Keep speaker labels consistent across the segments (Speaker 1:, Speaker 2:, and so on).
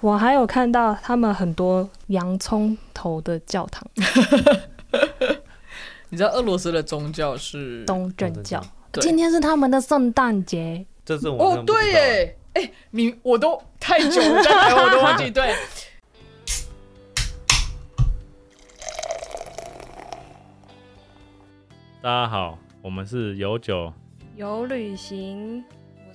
Speaker 1: 我还有看到他们很多洋葱头的教堂，
Speaker 2: 你知道俄罗斯的宗教是
Speaker 1: 东正教。
Speaker 2: 哦对
Speaker 1: 今天是他们的圣诞节，
Speaker 3: 这是我
Speaker 2: 哦，
Speaker 3: 真的不
Speaker 2: 对
Speaker 3: 知道欸
Speaker 2: 耶，哎、你我都太久了，在台湾我都忘记。 对，
Speaker 3: 大家好，我们是有酒，
Speaker 1: 有旅行。我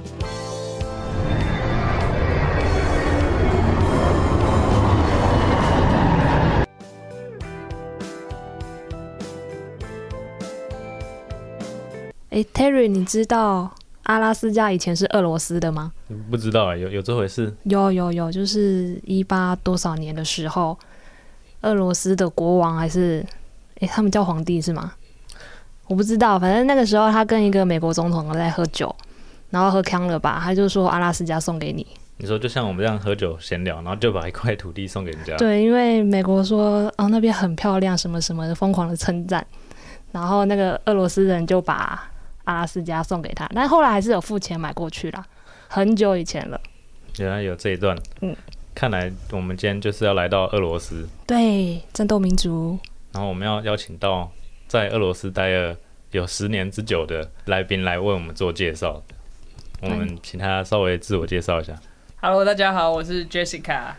Speaker 1: 哎、t e r r y 你知道阿拉斯加以前是俄罗斯的吗？
Speaker 3: 不知道啊、有有这回事？
Speaker 1: 有有有，就是一八多少年的时候，俄罗斯的国王还是诶，他们叫皇帝是吗？我不知道，反正那个时候他跟一个美国总统在喝酒，然后喝康了吧，他就说阿拉斯加送给你。
Speaker 3: 你说就像我们这样喝酒闲聊，然后就把一块土地送给人
Speaker 2: 啊
Speaker 3: 家，
Speaker 1: 对，因为美国说哦那边很漂亮，什么什么的，疯狂的称赞，然后那个俄罗斯人就把阿拉斯加送给他，但后来还是有付钱买过去啦，很久以前了。
Speaker 3: 原来有这一段。
Speaker 1: 嗯，
Speaker 3: 看来我们今天就是要来到俄罗斯。
Speaker 1: 对，战斗民族
Speaker 3: 然后我们要邀请到在俄罗斯待了有十年之久的来宾来为我们做介绍。我们请他稍微自我介绍一下。
Speaker 2: Hello，大家好，我是 Jessica，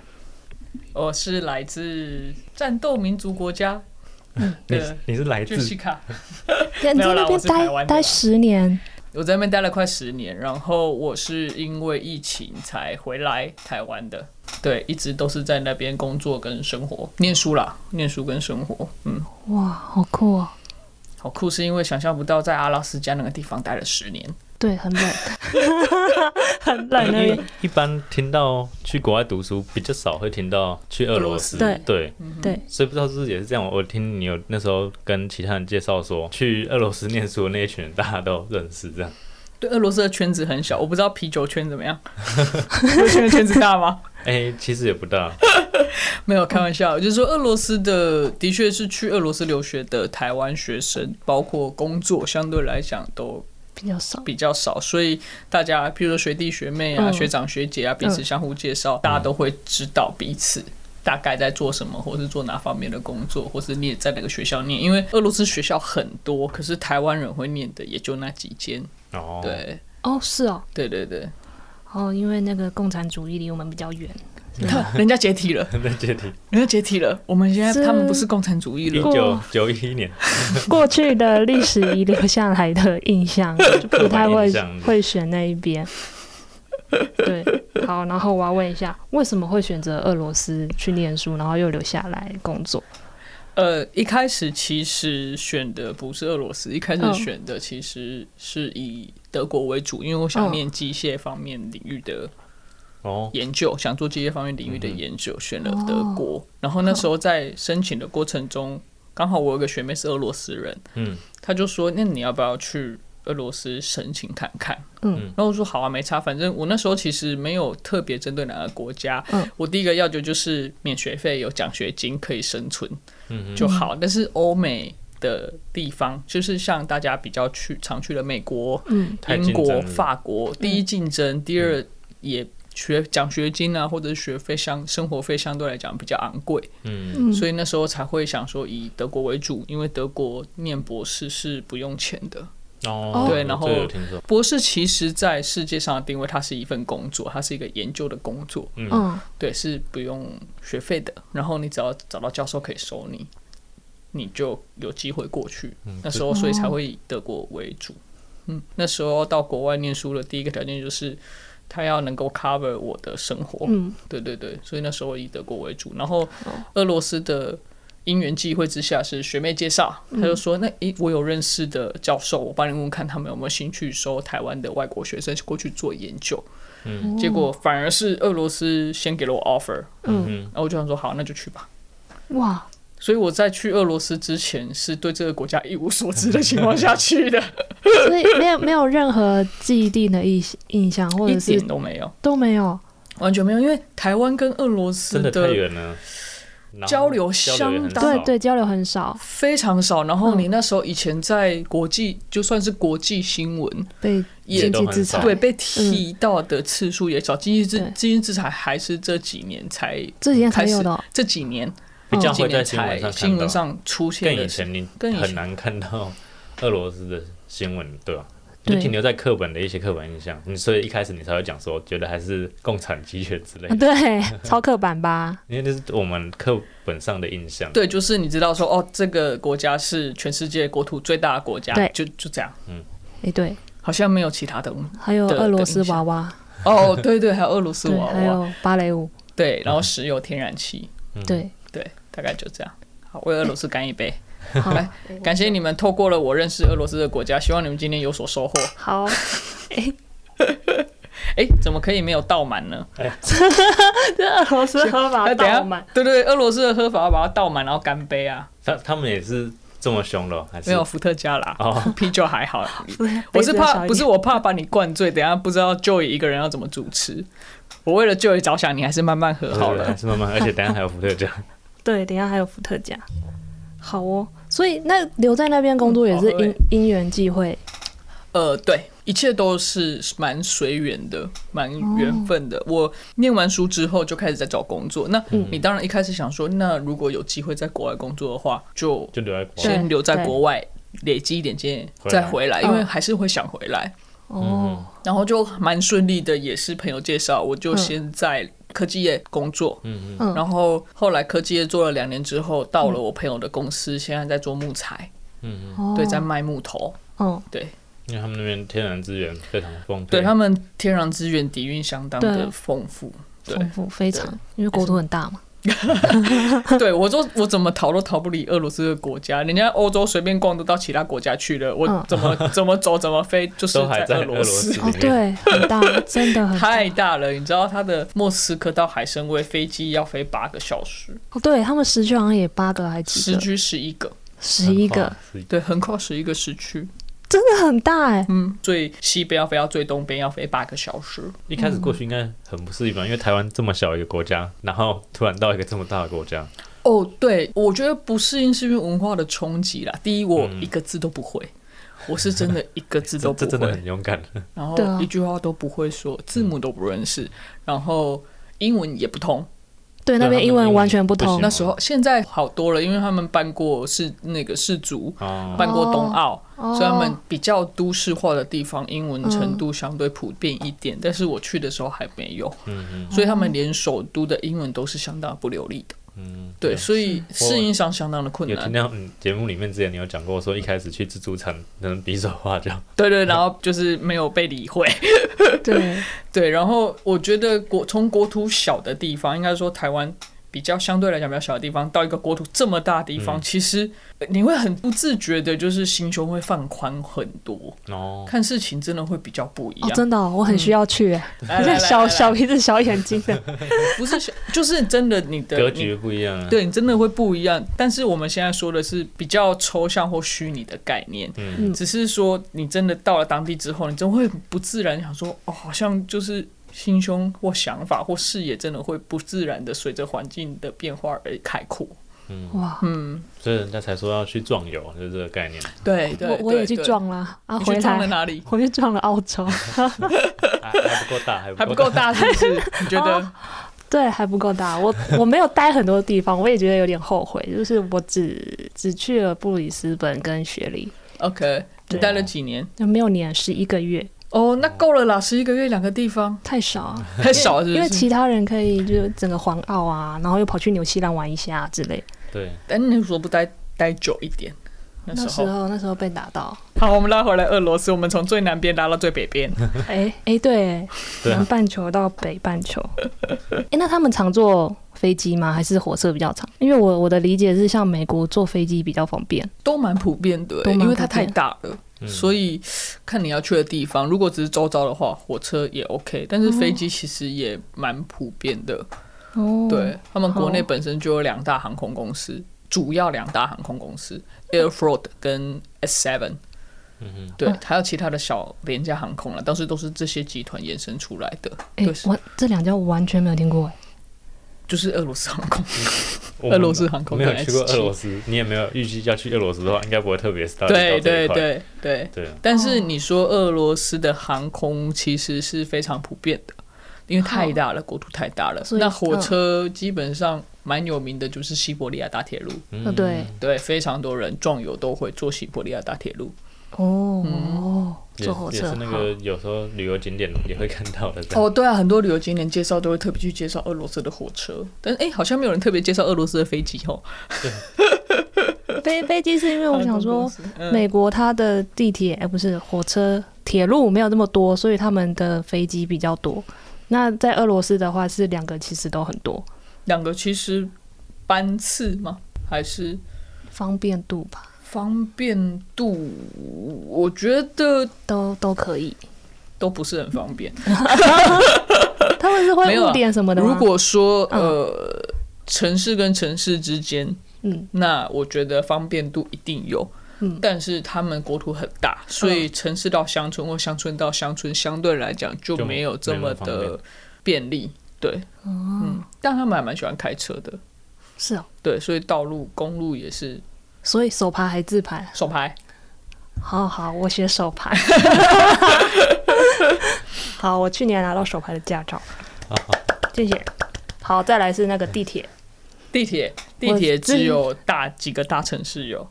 Speaker 2: 我是来自战斗民族国家
Speaker 3: 你
Speaker 2: 对
Speaker 3: 你是来自
Speaker 2: Jessica，
Speaker 1: 你
Speaker 2: 没有
Speaker 1: 在那
Speaker 2: 啦
Speaker 1: 边
Speaker 2: 我是台
Speaker 1: 待
Speaker 2: 湾啊的
Speaker 1: 待
Speaker 2: 啦
Speaker 1: 十年。
Speaker 2: 我在那边待了快十年，然后我是因为疫情才回来台湾的。对，一直都是在那边工作跟生活、念书啦，念书跟生活，嗯，
Speaker 1: 哇，好酷哦！
Speaker 2: 好酷，是因为想象不到在阿拉斯加那个地方待了十年。
Speaker 1: 对，很 冷，很冷那
Speaker 3: 因
Speaker 1: 边
Speaker 3: 为。一般听到去国外读书比较少会听到去俄罗斯，
Speaker 1: 俄罗斯
Speaker 3: 对
Speaker 1: 对
Speaker 3: 所以不知道是不是也是这样。我听你有那时候跟其他人介绍说，去俄罗斯念书的那一群人大家都认识，这样
Speaker 2: 对，俄罗斯的圈子很小，我不知道啤酒圈怎么样， 啤酒圈的圈子大吗？
Speaker 3: 哎、其实也不大，
Speaker 2: 没有开玩笑，就是说俄罗斯的的确是去俄罗斯留学的台湾学生，包括工作相对来讲都
Speaker 1: 比较少。
Speaker 2: 比较少，所以大家譬如说学弟学妹啊、
Speaker 1: 嗯
Speaker 2: 学长学姐啊，彼此相互介绍，大家都会知道彼此。大概在做什么，或是做哪方面的工作，或是你也在哪个学校念？因为俄罗斯学校很多，可是台湾人会念的也就那几间。
Speaker 3: 哦，，
Speaker 2: 对，
Speaker 1: 哦，是哦，
Speaker 2: 对对对，
Speaker 1: 哦，因为那个共产主义离我们比较 远。
Speaker 2: 人家解体了，
Speaker 3: 那阶梯
Speaker 2: 人家解体了。我们现在
Speaker 1: 是
Speaker 2: 他们不是共产主义
Speaker 3: 一
Speaker 2: 了，
Speaker 3: 九哦九一年，
Speaker 1: 过去的历史遗留下来的印象，就不太
Speaker 3: 刻板
Speaker 1: 会
Speaker 3: 印象
Speaker 1: 会选那一边。对，好，然后我要问一下，为什么会选择俄罗斯去念书，然后又留下来工作？
Speaker 2: 呃，一开始其实选的不是俄罗斯，一开始
Speaker 1: 嗯
Speaker 2: 选的其实是以德国为主，因为我想
Speaker 1: 嗯
Speaker 2: 念机械方面领域的
Speaker 3: 哦，
Speaker 2: 研究，想做机械方面领域的研究，选了德国。然后那时候在申请的过程中，刚好我有个学妹是俄罗斯人，
Speaker 3: 嗯，
Speaker 2: 她就说：“那你要不要去俄罗斯申请看看？”
Speaker 1: 嗯
Speaker 2: 然后我说：“好啊，没差，反正我那时候其实没有特别针对哪个国家，
Speaker 1: 嗯
Speaker 2: 我第一个要求就是免学费，有奖学金可以生存。”
Speaker 3: 嗯嗯
Speaker 2: 就好。但是欧美的地方，就是像大家比较去常去的美国、
Speaker 1: 嗯，
Speaker 3: 太
Speaker 2: 英
Speaker 3: 竞
Speaker 2: 国、
Speaker 3: 争了嗯
Speaker 2: 法国，第一竞争，第二也学奖学金啊，或者是学费相生活费相对来讲比较昂贵，
Speaker 3: 嗯，
Speaker 1: 嗯
Speaker 2: 所以那时候才会想说以德国为主，因为德国念博士是不用钱的。
Speaker 3: 哦，
Speaker 2: 对然后
Speaker 3: 这个有听说，
Speaker 2: 博士其实在世界上的定位，它是一份工作，它是一个研究的工作，
Speaker 1: 嗯，
Speaker 2: 对，是不用学费的。然后你只要找到教授可以收你，你就有机会过去。那时候所以才会以德国为主。嗯，那时候到国外念书的第一个条件就是他要能够 cover 我的生活。
Speaker 1: 嗯，
Speaker 2: 对对对，所以那时候以德国为主。然后
Speaker 3: 哦
Speaker 2: 俄罗斯的。因缘际会之下是学妹介绍，她就说：“那诶，我有认识的教授，我帮你问问看他们有没有兴趣收台湾的外国学生过去做研究。”
Speaker 3: 嗯
Speaker 2: 结果反而是俄罗斯先给了我 offer，
Speaker 3: 嗯
Speaker 2: 然后我就想说好，那就去吧。
Speaker 1: 哇，
Speaker 2: 所以我在去俄罗斯之前是对这个国家一无所知的情况下去 的，
Speaker 1: 所以没有没有任何既定的印印象，或
Speaker 2: 一
Speaker 1: 者
Speaker 2: 点
Speaker 1: 是
Speaker 2: 都没有，
Speaker 1: 都没有。
Speaker 2: 完全没有。因为台湾跟俄罗斯
Speaker 3: 真的太远了，然后
Speaker 2: 交流
Speaker 3: 交流也很
Speaker 2: 相当
Speaker 3: 少
Speaker 1: 对对，交流很少，
Speaker 2: 非常少。然后
Speaker 1: 嗯
Speaker 2: 你那时候以前在国际，就算是国际新闻
Speaker 1: 被
Speaker 2: 也
Speaker 1: 经
Speaker 3: 都
Speaker 1: 济
Speaker 3: 很
Speaker 1: 制
Speaker 3: 少
Speaker 1: 裁，
Speaker 2: 对，被提到的次数也少。经济制
Speaker 1: 嗯对
Speaker 2: 经济制裁还是这几年才
Speaker 1: 这几天才
Speaker 2: 开始
Speaker 1: 有的哦，
Speaker 2: 这几年
Speaker 3: 比较
Speaker 2: 这几
Speaker 3: 会在
Speaker 2: 哦年才
Speaker 3: 新闻上
Speaker 2: 新
Speaker 3: 看
Speaker 2: 闻
Speaker 3: 到，
Speaker 2: 上出现
Speaker 3: 更
Speaker 2: 的
Speaker 3: 以
Speaker 2: 事。
Speaker 3: 前你
Speaker 2: 更以前
Speaker 3: 很难看到俄罗斯的新闻，对吧？
Speaker 1: 对
Speaker 3: 就停留在课本的一些刻板印象，你所以一开始你才会讲说，觉得还是共产集权之类
Speaker 2: 哎
Speaker 1: 嗯
Speaker 3: 的，
Speaker 1: 对， 超刻板吧？
Speaker 3: 因为那是我们课本上的印象。
Speaker 2: 对，就是你知道说哦，这个国家是全世界国土最大的国家
Speaker 1: 对，
Speaker 2: 就就这样，
Speaker 1: 哎，对，
Speaker 2: 好像没有其他的。
Speaker 1: 还有
Speaker 2: 的
Speaker 1: 俄罗
Speaker 2: 的
Speaker 1: 斯
Speaker 2: 印象
Speaker 1: 娃娃，
Speaker 2: 哦，对对，还有俄罗斯
Speaker 1: 对，
Speaker 2: 娃
Speaker 1: 还
Speaker 2: 娃，
Speaker 1: 有芭蕾舞，
Speaker 2: 对，然后石油、天然气，
Speaker 3: 嗯
Speaker 1: 对，
Speaker 2: 对，大概就这样。好，为俄罗斯干一杯！
Speaker 1: 好
Speaker 2: 来感谢你们透过了我认识俄罗斯的国家，希望你们今天有所收获。
Speaker 1: 好，
Speaker 2: 哎，怎么可以没有倒满呢？
Speaker 1: 这俄罗斯喝法
Speaker 2: 那 等一
Speaker 1: 倒
Speaker 2: 下
Speaker 1: 满，，
Speaker 2: 对对，俄罗斯的喝法要把它倒满，然后干杯啊！
Speaker 3: 他他们也是这么凶的哦，还是
Speaker 2: 没有伏特加啦，
Speaker 3: 哦
Speaker 2: 啤酒 还好。
Speaker 1: 杯
Speaker 2: 我
Speaker 1: 子
Speaker 2: 是
Speaker 1: 要小
Speaker 2: 怕
Speaker 1: 一
Speaker 2: 不是
Speaker 1: 点
Speaker 2: 我怕把你灌醉，等一下不知道 Joy 一个人要怎么主持。我为了 Joy 着想，你还是慢慢喝好
Speaker 3: 好
Speaker 2: 了
Speaker 3: 了，。还是慢慢，而且等一下还有伏特 加。
Speaker 1: 对，等一下还有伏特加，好哦。所以那留在那边工作也是
Speaker 2: 嗯好喝
Speaker 1: 因
Speaker 2: 欸
Speaker 1: 因缘际会，
Speaker 2: 呃，对，一切都是蛮随缘的，蛮缘分
Speaker 1: 哦
Speaker 2: 的。我念完书之后就开始在找工作。那
Speaker 3: 嗯
Speaker 2: 你当然一开始想说，那如果有机会在国外工作的话，就
Speaker 3: 就留在国外。
Speaker 2: 先留在
Speaker 1: 对
Speaker 2: 国外累积一点经验
Speaker 3: 回来
Speaker 2: 再回来，因为
Speaker 1: 嗯
Speaker 2: 还是会想回来。
Speaker 1: 哦，
Speaker 2: 然后就蛮顺利的，也是朋友介绍，我就
Speaker 1: 嗯
Speaker 2: 先在科技业工作，
Speaker 3: 嗯
Speaker 1: 嗯
Speaker 2: 然后后来科技业做了两年之后，到了我朋友的公司，现在在做木材，
Speaker 3: 嗯嗯，
Speaker 1: 哦
Speaker 2: 对，在卖木头，
Speaker 1: 嗯，
Speaker 2: 对，
Speaker 3: 因为他们那边天然资源非常丰沛。
Speaker 2: 对他们天然资源底蕴相当的
Speaker 1: 对
Speaker 2: 丰富。 对
Speaker 1: 丰富非常，因为国土很大嘛，
Speaker 2: 对我说，我怎么逃都逃不离俄罗斯的国家，人家欧洲随便逛都到其他国家去了，我
Speaker 1: 嗯
Speaker 2: 怎么怎么走怎么飞，就是
Speaker 3: 都还在
Speaker 2: 俄
Speaker 3: 俄罗
Speaker 2: 斯
Speaker 3: 斯。
Speaker 1: 哦
Speaker 3: 里，面。
Speaker 1: 对，很大， 真的很大。
Speaker 2: 太大了，你知道它的莫斯科到海参崴飞机要飞八个小时，
Speaker 1: 哦，对他们时区好像也八个还几
Speaker 2: 时
Speaker 1: 个，
Speaker 2: 区十一个，
Speaker 1: 十一
Speaker 3: 很
Speaker 1: 个
Speaker 3: 快，，十一
Speaker 2: 对，横跨十一个时区，
Speaker 1: 真的很大哎、
Speaker 2: 嗯，最西边要飞到最东边要飞八个小时，
Speaker 3: 嗯一开始过去应该很不适应吧，因为台湾这么小一个国家，然后突然到一个这么大的国家，
Speaker 2: 哦，对，我觉得不适应是因为文化的冲击啦。第一，我一个字都不会，我是真的一个字
Speaker 3: 这
Speaker 2: 都不
Speaker 3: 嗯这真的
Speaker 2: 会
Speaker 3: 很，勇敢。
Speaker 2: 然
Speaker 1: 对啊
Speaker 2: 后一句话都不会说，字母都不认识，然后英文也不通。
Speaker 1: 对，那
Speaker 3: 他们
Speaker 1: 边英
Speaker 3: 英
Speaker 1: 文
Speaker 3: 文
Speaker 1: 完全不
Speaker 3: 不
Speaker 1: 通
Speaker 3: 行
Speaker 2: 那时候现在好多了，因为他们办过世那个世足，
Speaker 3: 哦，
Speaker 2: 办过冬奥，
Speaker 1: 哦嗯
Speaker 2: 所以他们比较都市化的地方，英文程度相对普遍一点。但是我去的时候还没有，
Speaker 3: 嗯嗯
Speaker 2: 所以他们连首都的英文都是相当不流利的。
Speaker 3: 嗯，
Speaker 2: 对，所以适应上相当的困
Speaker 3: 有
Speaker 2: 难
Speaker 3: 听。到嗯节目里面之前你有讲过，说一开始去自助餐能比手画脚，
Speaker 2: 对对，然后就是没有被理会。
Speaker 1: 对，
Speaker 2: 对，然后我觉得国从国土小的地方，应该说台湾比较相对来讲比较小的地方，到一个国土这么大的地方，
Speaker 3: 嗯
Speaker 2: 其实呃你会很不自觉的，就是心胸会放宽很多，
Speaker 3: 哦，
Speaker 2: 看事情真的会比较不一
Speaker 1: 哦，
Speaker 2: 样。
Speaker 1: 真的哦、我很需要去、欸，
Speaker 2: 嗯来
Speaker 1: 你
Speaker 2: 来
Speaker 1: 看
Speaker 2: 来
Speaker 1: 小
Speaker 2: 来
Speaker 1: 小鼻子小眼睛 的，
Speaker 2: 不是小，就是真的你的
Speaker 3: 格
Speaker 2: 你
Speaker 3: 局不一样啊。
Speaker 2: 对你真的会不一样。但是我们现在说的是比较抽象或虚拟的概念，
Speaker 3: 嗯
Speaker 1: 嗯
Speaker 2: 只是说你真的到了当地之后，你真会很不自然想说，哦，好像就是心胸或想法或视野真的会不自然的随着环境的变化而开阔。
Speaker 3: 嗯，
Speaker 1: 哇，
Speaker 2: 嗯，
Speaker 3: 所以人家才说要去壮游，就是这个概念。
Speaker 2: 对对
Speaker 1: 我我也
Speaker 2: 对
Speaker 1: 去
Speaker 2: 对
Speaker 1: 撞啦，啊，
Speaker 2: 你
Speaker 1: 回
Speaker 2: 去撞了
Speaker 1: 来
Speaker 2: 哪里？
Speaker 1: 我去撞了澳洲，
Speaker 3: 还 还不够大，还
Speaker 2: 还不够。大是不是？你 觉
Speaker 1: 哦
Speaker 2: 得？
Speaker 1: 对，还不够大，我我没有待很多地方，我也觉得有点后悔，就是我只只去了布里斯本跟雪梨，
Speaker 2: OK，你
Speaker 1: 对
Speaker 2: 待了几年？
Speaker 1: 就没有年十一个月，
Speaker 2: 哦，那够了啦，十一个月两个地方，
Speaker 1: 太少啊，
Speaker 2: 太少了是
Speaker 1: 因为
Speaker 2: 不是？
Speaker 1: 其他人可以就是整个环澳啊，然后又跑去纽西兰玩一下之类。
Speaker 3: 对，
Speaker 2: 哎，你为什么不待待久一点？那
Speaker 1: 那
Speaker 2: 时
Speaker 1: 时
Speaker 2: 候，
Speaker 1: 候那时候被打到，
Speaker 2: 好，我们拉回来俄罗斯，我们从最南边拉到最北边。
Speaker 1: 哎哎对，
Speaker 3: 对啊
Speaker 1: 南半球到北半球， 哎那他们常坐飞机吗？还是火车比较长？因为我我的理解是，像美国坐飞机比较方便。
Speaker 2: 都蛮普遍的、
Speaker 1: 都蛮
Speaker 2: 因为它
Speaker 1: 普遍
Speaker 2: 太大了，
Speaker 3: 嗯
Speaker 2: 所以看你要去的地方。如果只是周遭的话，火车也 OK，但是飞机其实也蛮普遍的。
Speaker 1: 哦，
Speaker 2: 对他们国内
Speaker 1: 好
Speaker 2: 本身就有两大航空公司，主要两大航空公司 Air Ford 跟 S Seven。嗯对，还有其他的小廉价航空了，但是都是这些集团衍生出来的。
Speaker 1: 哎、
Speaker 2: 对，是
Speaker 1: 我这两家我完全没有听过哎、
Speaker 2: 就是俄罗斯航空。
Speaker 3: 我们
Speaker 2: 俄罗斯航空
Speaker 3: 没有
Speaker 2: 对
Speaker 3: 去过
Speaker 2: S7
Speaker 3: 俄罗斯，你也没有预计要去俄罗斯的话，应该不会特别到
Speaker 2: 对
Speaker 3: 这一
Speaker 2: 对
Speaker 3: 块
Speaker 2: 对对。
Speaker 3: 对啊，
Speaker 2: 但是你说俄罗斯的航空其实是非常普遍的，因为太大了，国土太大了。
Speaker 1: 所以
Speaker 2: 那火车基本上蛮有名的，就是西伯利亚大铁路，
Speaker 3: 嗯
Speaker 1: 呃对，
Speaker 2: 对，非常多人壮游都会坐西伯利亚大铁路。
Speaker 1: 哦、哦，
Speaker 3: 也
Speaker 1: 坐火
Speaker 3: 嗯也
Speaker 1: 车
Speaker 3: 是那 个有时候旅游景点也会看到的。
Speaker 2: 哦，对啊，很多旅游景点介绍都会特别去介绍俄罗斯的火车，但是哎，好像没有人特别介绍俄罗斯的飞机哦。
Speaker 1: 好飞飞机是因为我想说，
Speaker 2: 嗯，
Speaker 1: 美国它的地铁哎、不是火车铁路没有那么多，所以他们的飞机比较多。那在俄罗斯的话是两个其实都很多，
Speaker 2: 两个其实班次吗？还是
Speaker 1: 方便度吧，
Speaker 2: 方便度？我觉得
Speaker 1: 都都可以。
Speaker 2: 都不是很方便。
Speaker 1: 他们是
Speaker 2: 没
Speaker 1: 会
Speaker 2: 有啊
Speaker 1: 误点什么的吗？
Speaker 2: 如果说呃、城市跟城市之间，
Speaker 1: 嗯
Speaker 2: 那我觉得方便度一定有。
Speaker 1: 嗯
Speaker 2: 但是他们国土很大，所以城市到乡村或乡村到乡村，相对来讲就
Speaker 3: 就
Speaker 2: 没有这么
Speaker 3: 没那么方
Speaker 2: 的便利。对，嗯，但他们还蛮喜欢开车的，
Speaker 1: 是哦，
Speaker 2: 对，所以道路、公路也是
Speaker 1: 所以手牌还自牌，
Speaker 2: 手牌。
Speaker 1: 好好，我学手 牌。好，我去年拿到手牌的驾照，谢谢。好，再来是那个地铁，
Speaker 2: 地铁，地
Speaker 1: 我
Speaker 2: 铁
Speaker 1: 之
Speaker 2: 只
Speaker 1: 前
Speaker 2: 有大几个大城市有，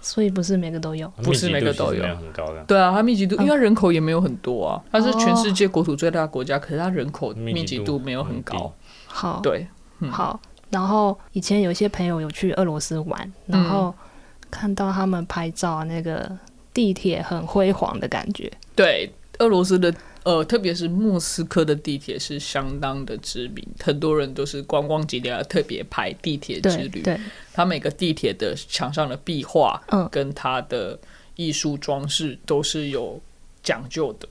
Speaker 1: 所以不是每个都有。
Speaker 2: 不是每个都有
Speaker 3: 密集度其实没有很高的。
Speaker 2: 对啊，它密集度，因为它人口也没有很多啊，它是全世界国土最大的国家，可是它人口
Speaker 3: 密集
Speaker 2: 密集
Speaker 3: 度
Speaker 2: 度没有很
Speaker 3: 很低
Speaker 2: 高。
Speaker 1: 好，
Speaker 2: 对，嗯
Speaker 1: 好。然后以前有一些朋友有去俄罗斯玩，
Speaker 2: 嗯
Speaker 1: 然后看到他们拍照那个地铁很辉煌的感觉，
Speaker 2: 对，俄罗斯的呃，特别是莫斯科的地铁是相当的知名，很多人都是观光景点要特别排地铁之
Speaker 1: 对
Speaker 2: 旅。
Speaker 1: 对，
Speaker 2: 它每个地铁的墙上的壁画，
Speaker 1: 嗯
Speaker 2: 跟它的艺术装饰都是有讲究的。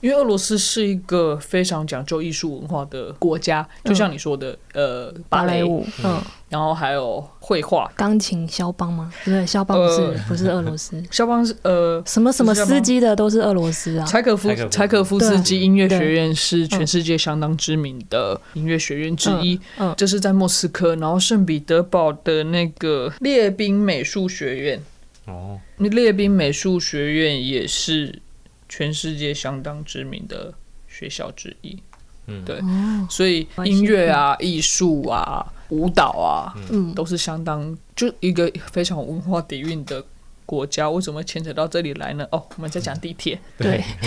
Speaker 2: 因为俄罗斯是一个非常讲究艺术文化的国家，就像你说的，呃，
Speaker 1: 芭
Speaker 2: 芭
Speaker 1: 蕾
Speaker 2: 蕾，
Speaker 1: 舞，嗯，
Speaker 2: 然后还有绘画。
Speaker 1: 钢琴肖邦吗？不对，肖邦不是、
Speaker 2: 呃
Speaker 1: 不是俄罗斯，
Speaker 2: 肖邦是呃，
Speaker 1: 什么什么
Speaker 2: 是肖邦
Speaker 1: 司机的都是俄罗斯啊。
Speaker 2: 柴可夫
Speaker 3: 柴可夫
Speaker 2: 柴可夫斯基音乐学院是
Speaker 1: 嗯
Speaker 2: 全世界相当知名的音乐学院之一，
Speaker 1: 嗯嗯
Speaker 2: 这是在莫斯科，然后圣彼得堡的那个列宾美术学院，
Speaker 3: 哦，
Speaker 2: 列宾美术学院也是全世界相当知名的学校之一，
Speaker 3: 嗯
Speaker 2: 对
Speaker 1: 哦，
Speaker 2: 所以音乐啊、艺术啊、舞蹈啊，
Speaker 1: 嗯，
Speaker 2: 都是相当就一个非常有文化底蕴的。国家为什么牵扯到这里来呢？哦，我们在讲地铁，
Speaker 1: 对，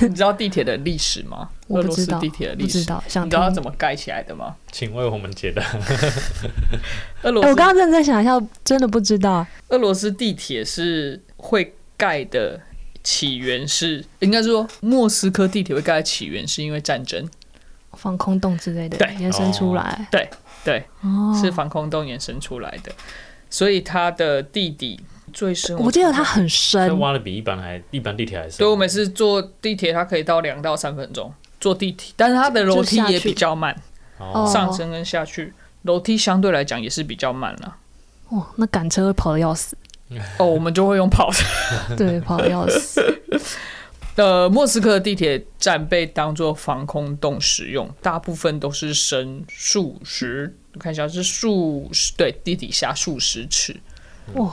Speaker 2: 你知道地铁的历史吗？
Speaker 1: 我
Speaker 2: 俄
Speaker 1: 不
Speaker 2: 罗
Speaker 1: 知
Speaker 2: 斯
Speaker 1: 道，
Speaker 2: 地铁的
Speaker 1: 不
Speaker 2: 历
Speaker 1: 知
Speaker 2: 史，
Speaker 1: 道，想
Speaker 2: 你知道它
Speaker 1: 听。
Speaker 2: 怎么盖起来的吗？
Speaker 3: 请为我们解答。
Speaker 2: 嗯俄罗
Speaker 1: 哎我
Speaker 2: 斯
Speaker 1: 刚刚认真想一下，真的不知道。
Speaker 2: 俄罗斯地铁是会盖的起源是，应该是说莫斯科地铁会盖的起源是因为战争，
Speaker 1: 防空洞之类的
Speaker 2: 对
Speaker 1: 延伸出来，
Speaker 2: 对，
Speaker 1: 哦，
Speaker 2: 是防空洞延伸出来的，所以它的地底最深，
Speaker 1: 我记得它很
Speaker 3: 这
Speaker 1: 深，
Speaker 3: 挖的比一般还一般地铁还深。
Speaker 2: 对我每次坐地铁，它可以到两到三分钟坐地铁，但是它的楼梯
Speaker 1: 就下去
Speaker 2: 也比较慢，
Speaker 1: 哦
Speaker 3: 哦，
Speaker 2: 上升跟下去。楼梯相对来讲也是比较慢啦、
Speaker 1: 哇、哦那赶车会跑的要 死，
Speaker 2: 哦，我们就会用跑的。
Speaker 1: 对，跑的要死，
Speaker 2: 呃，莫斯科的地铁站被当作防空洞使用，大部分都是深数十，我看一下是数十，对，地底下数十尺，
Speaker 1: 哇，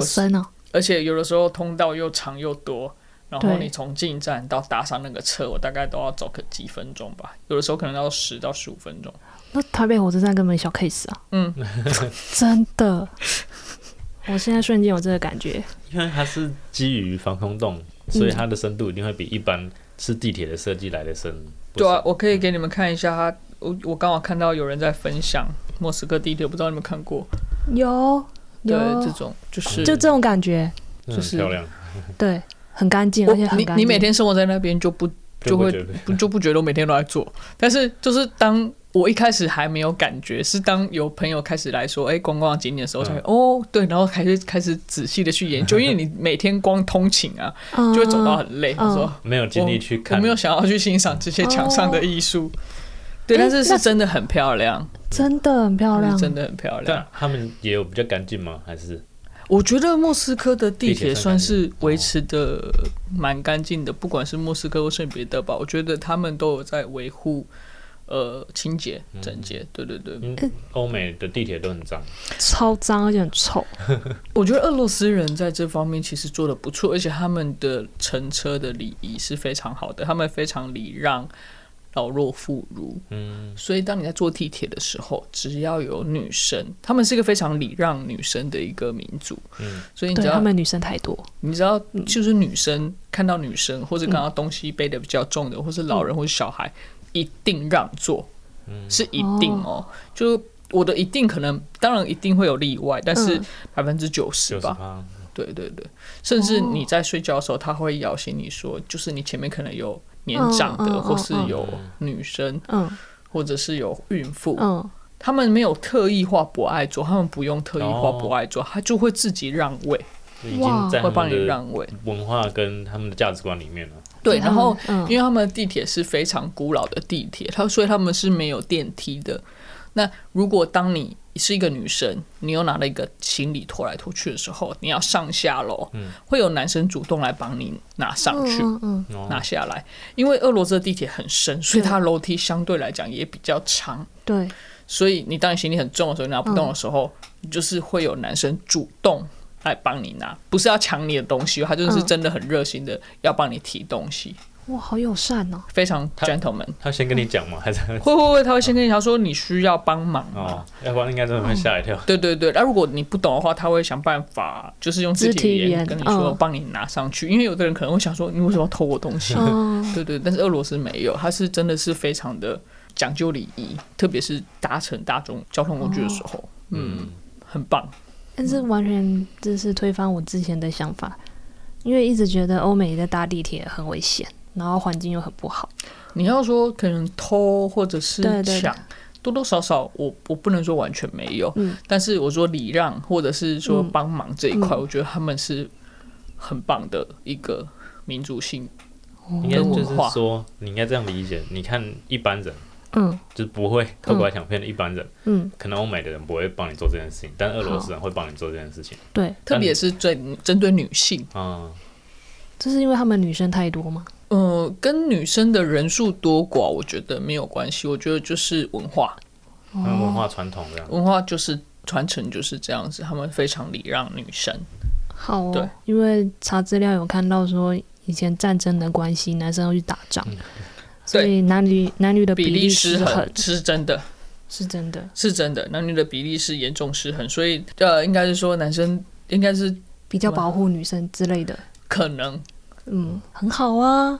Speaker 1: 好深哦，
Speaker 2: 而且有的时候通道又长又多，然后
Speaker 1: 对
Speaker 2: 你从进站到搭上那个车，我大概都要走个几分钟吧，有的时候可能要十到十五分钟。
Speaker 1: 那台北火车站根本小 case 啊，
Speaker 2: 嗯，
Speaker 1: 真的，我现在瞬间有这个感觉，
Speaker 3: 因为它是基于防空洞，所以它的深度一定会比一般是地铁的设计来的深。不
Speaker 2: 对啊
Speaker 3: 少，
Speaker 2: 我可以给你们看一下它，我我刚好看到有人在分享莫斯科地铁，不知道你们看过？
Speaker 1: 有
Speaker 2: 对
Speaker 1: 有，，
Speaker 2: 这种就是
Speaker 1: 就这种感觉，
Speaker 3: 那
Speaker 2: 就
Speaker 3: 很
Speaker 2: 是
Speaker 3: 嗯漂亮，
Speaker 1: 对，很干净，
Speaker 2: 我
Speaker 1: 而且很
Speaker 2: 你
Speaker 1: 干净，
Speaker 2: 你每天生活在那边就不就会
Speaker 3: 觉得
Speaker 2: 不就不觉得我每天都在做，但是就是当我一开始还没有感觉，是当有朋友开始来说，哎、观光景点的时候
Speaker 3: 嗯
Speaker 2: 才会、哦，对，然后开始开始仔细的去研 究，因为你每天光通勤啊，
Speaker 1: 嗯
Speaker 2: 就会走到很累。我说
Speaker 3: 没有精力去
Speaker 2: 我
Speaker 3: 看
Speaker 2: 没有想要去欣赏这些墙上的艺术，对，
Speaker 1: 诶
Speaker 2: 但是是
Speaker 1: 哦哎那
Speaker 2: 真的很漂亮，
Speaker 1: 真的很漂亮
Speaker 2: 是，嗯真的很漂亮
Speaker 3: 但。他们也有比较干净吗？还是
Speaker 2: 我觉得莫斯科的地
Speaker 3: 地铁
Speaker 2: 铁
Speaker 3: 算
Speaker 2: 算
Speaker 3: 干净
Speaker 2: 是维持的蛮干净的，不管是莫斯科或圣彼得堡，我觉得他们都有在维护。呃，清洁、整洁，对对对，
Speaker 3: 嗯欧美的地铁都很脏？
Speaker 1: 超脏而且很臭。
Speaker 2: 我觉得俄罗斯人在这方面其实做的不错，而且他们的乘车的礼仪是非常好的，他们非常礼让老弱妇孺。
Speaker 3: 嗯，
Speaker 2: 所以当你在坐地铁的时候，只要有女生，他们是一个非常礼让女生的一个民族。
Speaker 3: 嗯，
Speaker 2: 所以你
Speaker 1: 对
Speaker 2: 只
Speaker 1: 他
Speaker 2: 要
Speaker 1: 们女生太多，
Speaker 2: 你知道，
Speaker 1: 嗯
Speaker 2: 就是女生看到女生，或者看到东西背的比较重的，或是
Speaker 1: 嗯
Speaker 2: 老人或是小孩，一定让座，
Speaker 3: 嗯
Speaker 2: 是一定哦。就我的一定可能，当然一定会有例外，但是
Speaker 1: 嗯
Speaker 2: 百分之九十
Speaker 3: 九十
Speaker 2: 吧，
Speaker 3: 趴，
Speaker 2: 对对对。甚至你在睡觉的时候，他会摇醒你说，就是你前面可能有年长
Speaker 1: 嗯嗯
Speaker 2: 的，
Speaker 1: 嗯
Speaker 2: 或是有女生，
Speaker 1: 嗯
Speaker 2: 或者是有孕妇，
Speaker 1: 嗯，
Speaker 2: 他们没有特意化不爱坐，他们不用特意化
Speaker 3: 哦
Speaker 2: 不爱坐，他就会自己让位，
Speaker 3: 已
Speaker 1: 哇
Speaker 3: 经在
Speaker 2: 会
Speaker 3: 他
Speaker 2: 帮
Speaker 3: 们
Speaker 2: 你
Speaker 3: 的
Speaker 2: 让位。
Speaker 3: 文化跟他们的价值观里面了。
Speaker 1: 嗯
Speaker 2: 对，然后
Speaker 1: 嗯
Speaker 2: 因为他们的地铁是非常古老的地铁，它所以他们是没有电梯的。那如果当你是一个女生，你又拿了一个行李拖来拖去的时候，你要上下楼，会有男生主动来帮你拿上去、
Speaker 1: 嗯嗯
Speaker 3: 哦
Speaker 2: 拿下来。因为俄罗斯的地铁很深，所以它楼梯相对来讲也比较长，
Speaker 1: 对，
Speaker 2: 所以你当你行李很重的时候，你拿不动的时候，
Speaker 1: 嗯
Speaker 2: 你就是会有男生主动。来帮你拿，不是要抢你的东西哦，他就是
Speaker 1: 嗯
Speaker 2: 真的很热心的要帮你提东西。
Speaker 1: 哇，好友善哦，
Speaker 2: 非常
Speaker 3: 他
Speaker 2: gentleman，
Speaker 3: 他先跟你讲嘛，还是
Speaker 2: 嗯会会会，他会先跟你讲说你需要帮忙吗？
Speaker 3: 哦，要不然应该真的会吓一跳。
Speaker 2: 对对对，那、如果你不懂的话，他会想办法，就是用肢
Speaker 1: 肢体
Speaker 2: 体语
Speaker 1: 语
Speaker 2: 言
Speaker 1: 言
Speaker 2: 跟你说
Speaker 1: 嗯
Speaker 2: 帮你拿上去，因为有的人可能会想说你为什么要偷我东西？
Speaker 1: 嗯，
Speaker 2: 对对，但是俄罗斯没有，他是真的是非常的讲究礼仪，特别是搭乘大众交通工具的时候，嗯，很棒。
Speaker 1: 但是完全就是推翻我之前的想法，因为一直觉得欧美在搭地铁很危险，然后环境又很不好，
Speaker 2: 你要说可能偷或者是
Speaker 1: 对对
Speaker 2: 抢，多多少少我我不能说完全没有，
Speaker 1: 嗯
Speaker 2: 但是我说礼让或者是说
Speaker 1: 嗯
Speaker 2: 帮忙这一块，
Speaker 1: 嗯
Speaker 2: 我觉得他们是很棒的一个民族性。
Speaker 1: 嗯
Speaker 3: 应该就
Speaker 2: 跟
Speaker 3: 是
Speaker 2: 嗯文化
Speaker 3: 说，你应该这样理解。你看一般人，
Speaker 1: 嗯
Speaker 3: 就是不会偷拐抢骗的一般人，
Speaker 1: 嗯，
Speaker 3: 可能欧美的人不会帮你做这件事情，但俄罗斯人会帮你做这件事情。
Speaker 1: 对，
Speaker 2: 特别是针针对女性，
Speaker 3: 嗯，
Speaker 1: 就是因为他们女生太多嘛，
Speaker 2: 呃，跟女生的人数多寡，我觉得没有关系。我觉得就是文化，
Speaker 3: 嗯他们文化传统这样。
Speaker 2: 文化就是传承就是这样子，他们非常礼让女生。
Speaker 1: 好
Speaker 2: 对
Speaker 1: 哦，因为查资料有看到说，以前战争的关系，男生要去打仗，所以男女男女的
Speaker 2: 嗯比
Speaker 1: 例
Speaker 2: 例失
Speaker 1: 失
Speaker 2: 衡是真的，
Speaker 1: 是真的，
Speaker 2: 是真的，男女的比例是严重失衡，所以呃，应该是说男生应该是
Speaker 1: 比较保护女生之类的，
Speaker 2: 可 能
Speaker 1: 嗯，很好啊，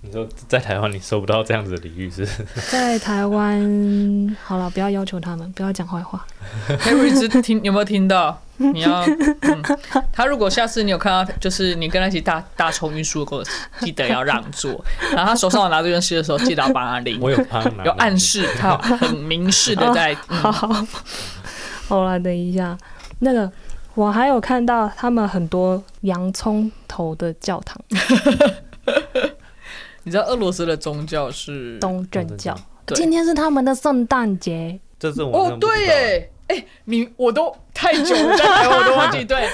Speaker 3: 你说在台湾你收不到这样子的礼遇是不是？
Speaker 1: 在台湾， 好了，不要要求他们，不要讲坏话。
Speaker 2: Harry 只听有没有听到？你 要，嗯，他如果下次你有看到，就是你跟他一起大大冲运输的过程，记得要让座。然后他手上拿这件事的时候，记得要帮他拎，
Speaker 3: 我有哦帮忙，
Speaker 2: 有暗示，他有很明示的在，
Speaker 1: 好好， 好了，等一下，那个我还有看到他们很多洋葱头的教堂，
Speaker 2: 你知道俄罗斯的宗教是
Speaker 1: 东正教。
Speaker 2: 对
Speaker 1: 今天是他们的圣诞节，
Speaker 3: 这是我
Speaker 2: 哦，对，耶，哎，你我都太久了，在台湾我都忘记对。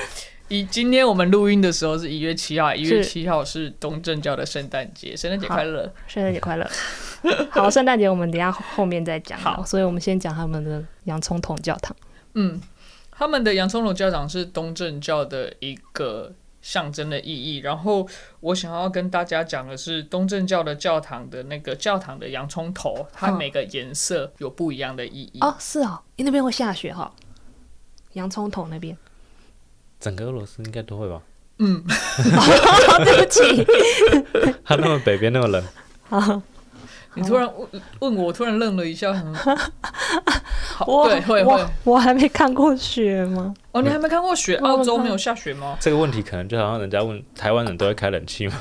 Speaker 2: 以今天我们录音的时候是一月七号，一月
Speaker 1: 是
Speaker 2: 七号是东正教的圣诞节，圣诞节快乐。
Speaker 1: 圣诞节快 乐！好，圣诞节我们等一下后面再讲。啊
Speaker 2: 好
Speaker 1: 所以我们先讲他们的洋葱头教堂。
Speaker 2: 嗯，他们的洋葱头教堂是东正教的一个象征的意义。然后我想要跟大家讲的是，东正教的教堂的那个教堂的洋葱头，它
Speaker 1: 嗯
Speaker 2: 每个颜色有不一样的意义。
Speaker 1: 哦，是哦，因为那边会下雪哈、哦，洋葱头那边。
Speaker 3: 整个俄罗斯应该都会吧？
Speaker 2: 嗯，
Speaker 1: 对不起，
Speaker 3: 它那么北边那么冷，
Speaker 2: 你突然问问我，我突然愣了一下，想说好，
Speaker 1: 我
Speaker 2: 对，会会
Speaker 1: 我。我还没看过雪吗？
Speaker 2: 哦，你还没看过雪？
Speaker 1: 我有
Speaker 2: 澳洲
Speaker 1: 看
Speaker 2: 没有下雪吗？
Speaker 3: 这个问题可能就好像人家问台湾人都会开冷气嘛，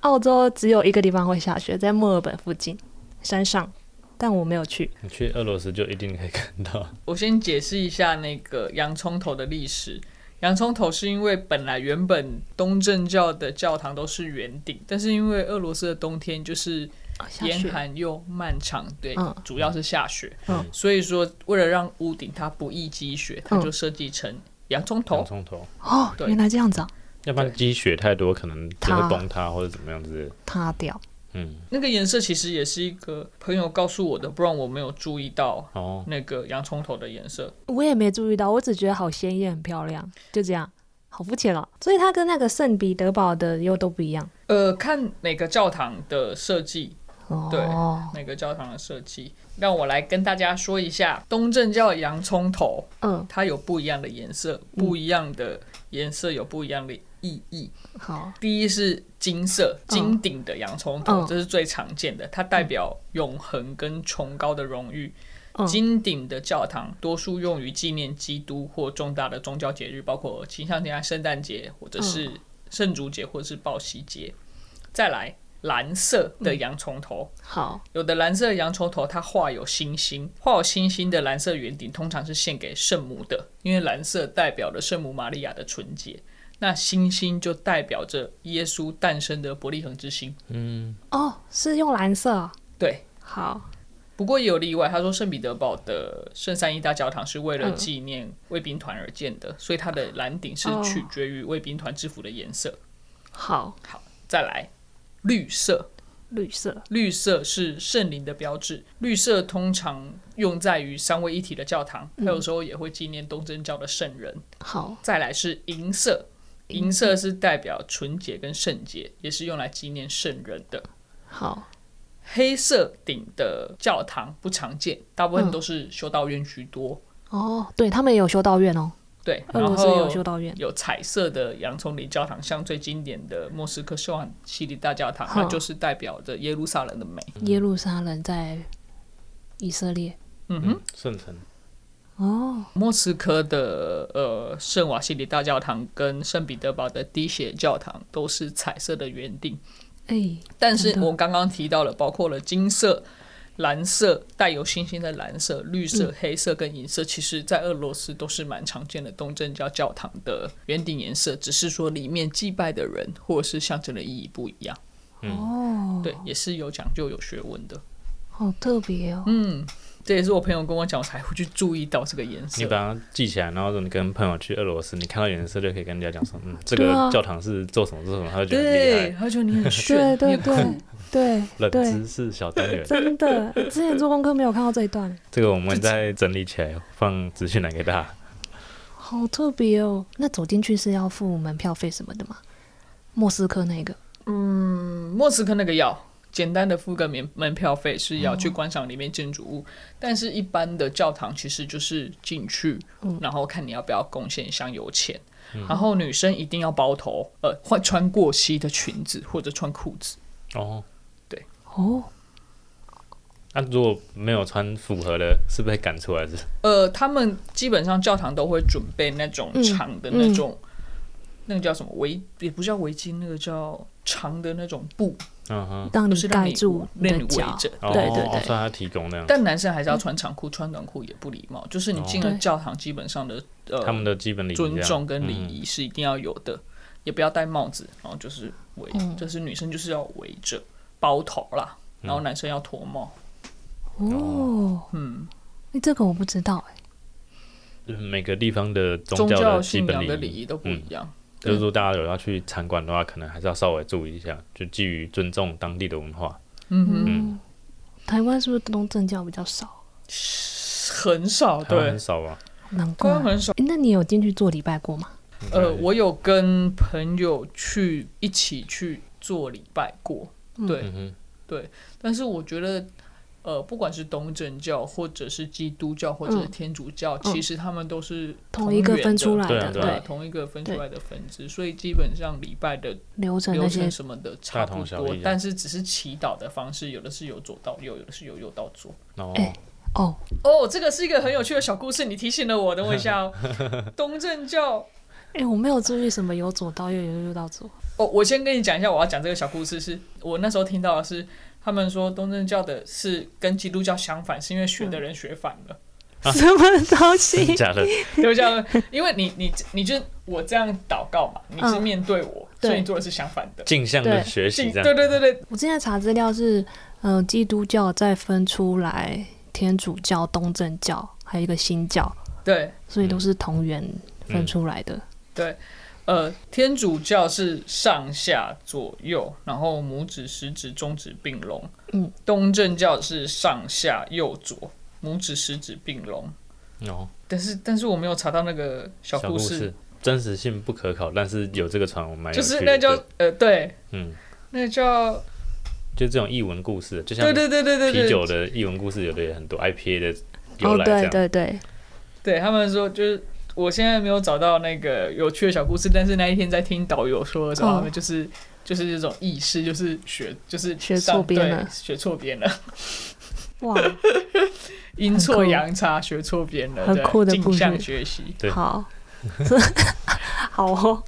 Speaker 1: 澳洲只有一个地方会下雪，在墨尔本附近山上，但我没有去。
Speaker 3: 你去俄罗斯就一定可以看到。
Speaker 2: 我先解释一下那个洋葱头的历史。洋葱头是因为本来原本东正教的教堂都是圆顶，但是因为俄罗斯的冬天就是
Speaker 1: 哦下
Speaker 2: 严
Speaker 1: 雪
Speaker 2: 寒又漫长，对，
Speaker 1: 嗯
Speaker 2: 主要是下雪，
Speaker 1: 嗯
Speaker 2: 所以说为了让屋顶它不易积雪，它就设计成洋葱头
Speaker 4: 洋。葱头，
Speaker 1: 哦，
Speaker 2: 对
Speaker 1: 原来这样子啊，
Speaker 4: 要不然积雪太多，可能也
Speaker 1: 塌
Speaker 4: 会崩塌或者怎么样之类的。
Speaker 1: 塌掉。
Speaker 4: 嗯，
Speaker 2: 那个颜色其实也是一个朋友告诉我的，不然我没有注意到
Speaker 4: 哦，
Speaker 2: 那个洋葱头的颜色。
Speaker 1: 我也没注意到，我只觉得好鲜艳、很漂亮，就这样，好肤浅哦。所以它跟那个圣彼得堡的又都不一样。
Speaker 2: 呃，看每个教堂的设计，对
Speaker 1: 哦，
Speaker 2: 每个教堂的设计，让我来跟大家说一下，东正教洋葱头
Speaker 1: 嗯，
Speaker 2: 它有不一样的颜色，不一样的颜色有不一样的意义。
Speaker 1: 好，
Speaker 2: 第一是金色，金顶的洋葱头，
Speaker 1: 嗯
Speaker 2: 这是最常见的，它代表永恒跟崇高的荣誉。
Speaker 1: 嗯
Speaker 2: 金顶的教堂多数用于纪念基督或重大的宗教节日，包括清香节啊、圣诞节，或者是
Speaker 1: 嗯
Speaker 2: 圣烛节，或者是报喜节。再来，蓝色的
Speaker 1: 嗯
Speaker 2: 洋葱头，
Speaker 1: 好，
Speaker 2: 有的蓝色的洋葱头它画有星星，画有星星的蓝色圆顶通常是献给圣母的，因为蓝色代表了圣母玛利亚的纯洁。那星星就代表着耶稣诞生的伯利恒之星。
Speaker 1: 哦，是用蓝色啊。
Speaker 2: 对，
Speaker 1: 好，
Speaker 2: 不过也有例外，他说圣彼得堡的圣三一大教堂是为了
Speaker 1: 嗯
Speaker 2: 纪念卫兵团而建的，所以它的蓝顶是
Speaker 1: 哦
Speaker 2: 取决于卫兵团制服的颜色。
Speaker 1: 好，
Speaker 2: 再来，绿色，
Speaker 1: 绿色。
Speaker 2: 绿色是圣灵的标志，绿色通常用在于三位一体的教堂，
Speaker 1: 嗯
Speaker 2: 它有时候也会纪念东正教的圣人。
Speaker 1: 好，
Speaker 2: 再来是银色，银色是代表纯洁跟圣洁，也是用来纪念圣人的。
Speaker 1: 好，
Speaker 2: 黑色顶的教堂不常见，大部分
Speaker 1: 嗯
Speaker 2: 都是修道院居多。
Speaker 1: 哦，对他们也有修道院哦，
Speaker 2: 对，
Speaker 1: 俄
Speaker 2: 然
Speaker 1: 罗
Speaker 2: 后
Speaker 1: 斯也有修道院。
Speaker 2: 有彩色的洋葱林教堂，像最经典的莫斯科圣瓦西里大教堂，
Speaker 1: 哼
Speaker 2: 它就是代表着耶路撒冷的美。
Speaker 1: 耶路撒冷在以色列。
Speaker 2: 嗯哼，
Speaker 4: 圣城
Speaker 1: 哦，
Speaker 2: 莫斯科的呃圣瓦西里大教堂跟圣彼得堡的滴血教堂都是彩色的圆顶，
Speaker 1: 哎，
Speaker 2: 但是
Speaker 1: 真的
Speaker 2: 我刚刚提到了，包括了金色、蓝色、带有星星的蓝色、绿
Speaker 1: 嗯
Speaker 2: 色、黑色跟银色，其实在俄罗斯都是蛮常见的东正教教堂的圆顶颜色，只是说里面祭拜的人或者是象征的意义不一样。
Speaker 1: 哦，
Speaker 2: 对，也是有讲究、有学问的。
Speaker 1: 好特别哦。
Speaker 2: 嗯，这也是我朋友跟我讲，我才会去注意到这个颜色
Speaker 4: 你。把它记起来，然后你跟朋友去俄罗斯，你看到颜色就可以跟人家讲说，嗯，这
Speaker 1: 对
Speaker 4: 个
Speaker 1: 啊
Speaker 4: 教堂是做什么做什么，他就觉得很
Speaker 2: 对，
Speaker 4: 厉害。
Speaker 2: 他觉得你很
Speaker 1: 对
Speaker 2: 炫，
Speaker 1: 对
Speaker 2: 你很酷
Speaker 1: 对对
Speaker 4: 冷
Speaker 1: 对，
Speaker 4: 知识小单元，
Speaker 1: 真 的，之前做功课没有看到这一段，
Speaker 4: 这个我们再整理起来，放资讯栏给大家。
Speaker 1: 好特别哦。那走进去是要付门票费什么的吗？莫斯科那个
Speaker 2: 嗯莫斯科那个要简单的付个门门票费是要去观赏里面建筑物，
Speaker 1: 哦
Speaker 2: 但是一般的教堂其实就是进去，
Speaker 1: 嗯
Speaker 2: 然后看你要不要贡献香油钱。然后女生一定要包头，呃，换穿过膝的裙子或者穿裤子。
Speaker 4: 哦，
Speaker 1: 哦，
Speaker 4: 那、啊如果没有穿符合的，是被赶出来是？
Speaker 2: 呃，他们基本上教堂都会准备那种
Speaker 1: 嗯
Speaker 2: 长的那种，那个叫什么围，也不叫围巾，那个叫长的那种布，
Speaker 4: 嗯哼，
Speaker 1: 让
Speaker 2: 就
Speaker 1: 你
Speaker 2: 是让
Speaker 1: 盖
Speaker 2: 你
Speaker 1: 住你
Speaker 2: 让你
Speaker 1: 的
Speaker 2: 围
Speaker 1: 脚。
Speaker 2: 着。
Speaker 4: 哦，
Speaker 1: 对对对
Speaker 4: 哦算他提供那样，
Speaker 2: 但男生还是要穿长裤，穿短裤也不礼貌。就是你进了
Speaker 1: 对
Speaker 2: 教堂，基本上的呃，
Speaker 4: 他们的基本礼仪这样
Speaker 2: 尊重跟礼。
Speaker 4: 嗯
Speaker 2: 仪是一定要有的，也不要戴帽子，然后就是围，
Speaker 1: 嗯
Speaker 2: 就是女生就是要围着包头啦，然
Speaker 4: 嗯
Speaker 2: 后男生要脱帽。
Speaker 1: 哦，
Speaker 2: 嗯，
Speaker 1: 哎，这个我不知道哎。
Speaker 4: 嗯就是每个地方的宗
Speaker 2: 宗教
Speaker 4: 的基
Speaker 2: 信
Speaker 4: 本
Speaker 2: 仰的礼
Speaker 4: 礼嗯
Speaker 2: 仪都不一样。
Speaker 4: 就是说大家有要去参观的话，可能还是要稍微注意一下，就基于尊重当地的文化。
Speaker 2: 嗯哼，
Speaker 1: 嗯，台湾是不是东正教比较少？
Speaker 2: 很少
Speaker 4: 台湾
Speaker 2: 对
Speaker 4: 很，少啊吧？
Speaker 1: 难
Speaker 2: 台
Speaker 1: 怪。
Speaker 2: 湾很少。
Speaker 1: 哎那你有进去做礼拜过吗？
Speaker 2: 呃，
Speaker 4: 嗯
Speaker 2: 我有跟朋友去一起去做礼拜过，对，
Speaker 4: 嗯哼，
Speaker 2: 但是我觉得，呃，不管是东正教，或者是基督教，或者是天主教，其实他们都是
Speaker 1: 嗯同一个
Speaker 2: 源
Speaker 1: 分出来
Speaker 4: 对啊
Speaker 1: 的，
Speaker 4: 对
Speaker 2: 对
Speaker 4: 啊
Speaker 2: 吧，同一个分出来的分支，所以基本上礼拜的
Speaker 1: 流程那
Speaker 2: 流
Speaker 1: 些
Speaker 2: 程什么的差不
Speaker 4: 同小
Speaker 2: 多
Speaker 4: 异啊，
Speaker 2: 但是只是祈祷的方式，有的是由左到右，有的是由右到左。
Speaker 4: 然后
Speaker 1: 哎哦，
Speaker 2: 哦，这个是一个很有趣的小故事，你提醒了我，等我 一下哦。东正教
Speaker 1: 哎、我没有注意什么由左到右，由右到 左。
Speaker 2: 哦，我先跟你讲一下，我要讲这个小故事是，我那时候听到的是，他们说东正教的是跟基督教相反，是因为学的人学反了。
Speaker 1: 什么东西？
Speaker 4: 假的，
Speaker 2: 对不对？因为你你你就我这样祷告嘛，你是
Speaker 1: 嗯
Speaker 2: 面对我，
Speaker 1: 对
Speaker 2: 所以你做的是相反的。
Speaker 4: 镜像的
Speaker 1: 对
Speaker 4: 学习这
Speaker 2: 对
Speaker 4: 样，
Speaker 2: 对对对，
Speaker 1: 我之前查资料是，呃，基督教再分出来天主教、东正教，还有一个新教，
Speaker 2: 对
Speaker 1: 所以都是同源分出来的。
Speaker 2: 对，呃，天主教是上下左右，然后拇指、食指、中指并拢。
Speaker 1: 嗯，
Speaker 2: 东正教是上下右左，拇指、食指并拢。
Speaker 4: 哦，
Speaker 2: 但是但是我没有查到那个小
Speaker 4: 小
Speaker 2: 故
Speaker 4: 故
Speaker 2: 事，
Speaker 4: 事真实性不可考，但是有这个传闻蛮有
Speaker 2: 就
Speaker 4: 趣
Speaker 2: 是
Speaker 4: 的
Speaker 2: 那叫呃对，
Speaker 4: 嗯，
Speaker 2: 那叫
Speaker 4: 就这种译文故事，就像
Speaker 2: 对对对对对对，
Speaker 4: 啤酒的译文故事，有的也很多 IPA 的由
Speaker 1: 哦，
Speaker 4: 来这
Speaker 1: 对
Speaker 4: 样。
Speaker 1: 对对，
Speaker 2: 对他们说，就是我现在没有找到那个有趣的小故事，但是那一天在听导游说的时候，
Speaker 1: 哦
Speaker 2: 他们就是就是这种意识，就是学就是
Speaker 1: 学
Speaker 2: 上
Speaker 1: 错边了
Speaker 2: 对学错边 了，
Speaker 1: 哇，
Speaker 2: 阴错
Speaker 1: 很酷
Speaker 2: 阳差，学错边了，
Speaker 1: 很
Speaker 2: 对
Speaker 1: 酷的
Speaker 2: 镜
Speaker 1: 故事
Speaker 2: 像学习。
Speaker 4: 对
Speaker 1: 好，好哦，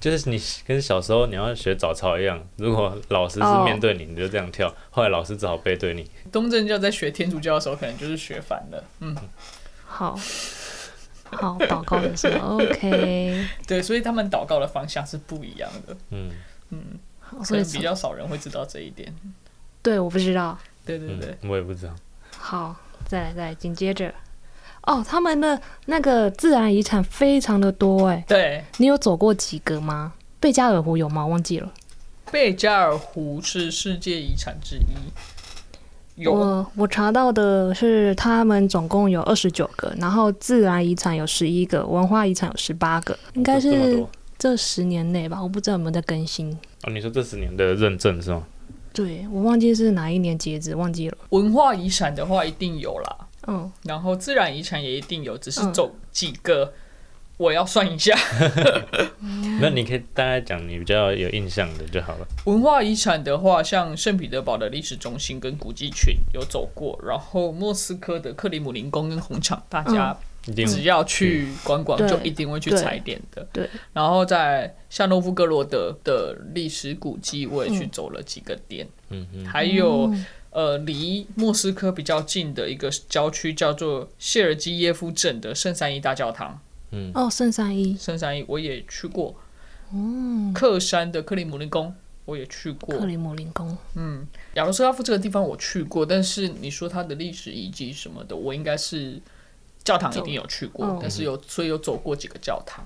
Speaker 4: 就是你跟小时候你要学早操一样，如果老师是
Speaker 1: 哦
Speaker 4: 面对你，你就这样跳，后来老师只好背对你。
Speaker 2: 东正教在学天主教的时候，可能就是学反了，嗯，
Speaker 1: 好，好，祷告的时候 OK，
Speaker 2: 对，所以他们祷告的方向是不一样的，
Speaker 4: 嗯，
Speaker 2: 嗯，
Speaker 1: 好
Speaker 2: 可
Speaker 1: 所以
Speaker 2: 能比较少人会知道这一点。
Speaker 1: 对，我不知道。
Speaker 2: 对对对，
Speaker 4: 嗯，我也不知道。
Speaker 1: 好，再来，再来，紧接着。哦，他们的那个自然遗产非常的多哎，
Speaker 2: 对，
Speaker 1: 你有走过几个吗？贝加尔湖有吗？忘记了。
Speaker 2: 贝加尔湖是世界遗产之一，有
Speaker 1: 我我查到的是，他们总共有二十九个，然后自然遗产有十一个，文化遗产有十八个，应该
Speaker 4: 这么
Speaker 1: 是
Speaker 4: 多
Speaker 1: 这十年内吧，我不知道有没有在更新。
Speaker 4: 哦，你说这十年的认证是吗？
Speaker 1: 对我忘记是哪一年截止，忘记了。
Speaker 2: 文化遗产的话，一定有啦。
Speaker 1: 嗯，
Speaker 2: 然后自然遗产也一定有，只是
Speaker 1: 嗯
Speaker 2: 走几个，我要算一下。
Speaker 4: 那你可以大概讲你比较有印象的就好了。
Speaker 2: 文化遗产的话，像圣彼得堡的历史中心跟古迹群有走过，然后莫斯科的克里姆林宫跟红场，大家
Speaker 4: 一定
Speaker 2: 只要去观光
Speaker 1: 嗯对
Speaker 2: 就一定会去
Speaker 1: 对
Speaker 2: 踩点的。
Speaker 1: 对，
Speaker 2: 然后在夏诺夫哥罗德的历史古迹，我也去走了几个点，
Speaker 4: 嗯嗯，
Speaker 2: 还有。
Speaker 1: 哦
Speaker 2: 呃，离莫斯科比较近的一个郊区叫做谢尔基耶夫镇的圣三一大教堂，
Speaker 1: 哦，圣三一
Speaker 2: 圣山我也去过，克山的克里姆林宫我也去过
Speaker 1: 哦克，里姆林宫，
Speaker 2: 嗯，亚罗斯拉夫这个地方我去过，但是你说它的历史遗迹什么的，我应该是教堂一定有去过，
Speaker 1: 走嗯
Speaker 2: 但是有所以有走过几个教堂。